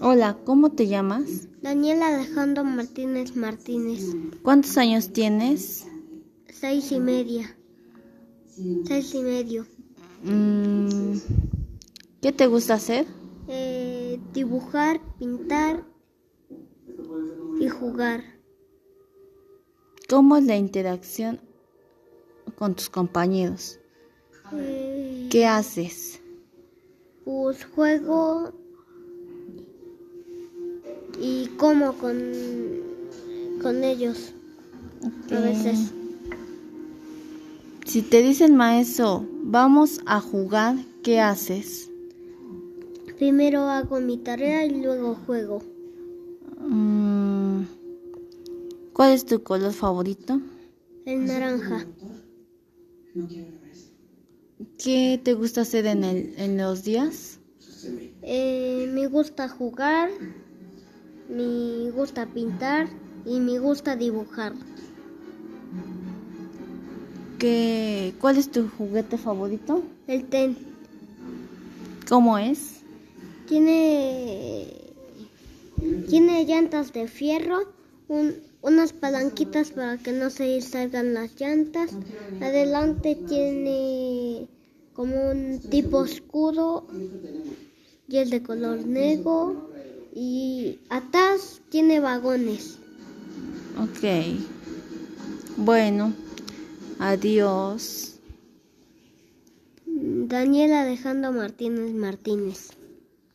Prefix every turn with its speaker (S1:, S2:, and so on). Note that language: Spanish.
S1: Hola, ¿cómo te llamas?
S2: Daniel Alejandro Martínez Martínez,
S1: ¿Cuántos años tienes?
S2: seis y media. Seis y medio.
S1: Mm, ¿Qué te gusta hacer?
S2: Eh, dibujar, pintar y jugar.
S1: ¿Cómo es la interacción con tus compañeros?
S2: Eh,
S1: ¿Qué haces?
S2: pues juego y como con, con ellos a veces.
S1: Mm, Si te dicen maestro, vamos a jugar, ¿qué haces?
S2: Primero hago mi tarea y luego juego.
S1: Mm, ¿Cuál es tu color favorito?
S2: El naranja.
S1: ¿Qué te gusta hacer en, el- en los días?
S2: Eh, me gusta jugar, me gusta pintar y me gusta dibujar.
S1: ¿Qué, ¿Cuál es tu juguete favorito?
S2: El ten
S1: ¿Cómo es?
S2: tiene, tiene llantas de fierro, un- unas palanquitas para que no se salgan las llantas. Adelante tiene como un tipo escudo y es de color negro. Y atrás tiene vagones.
S1: Ok. Bueno, adiós.
S2: Daniel Alejandro Martínez Martínez.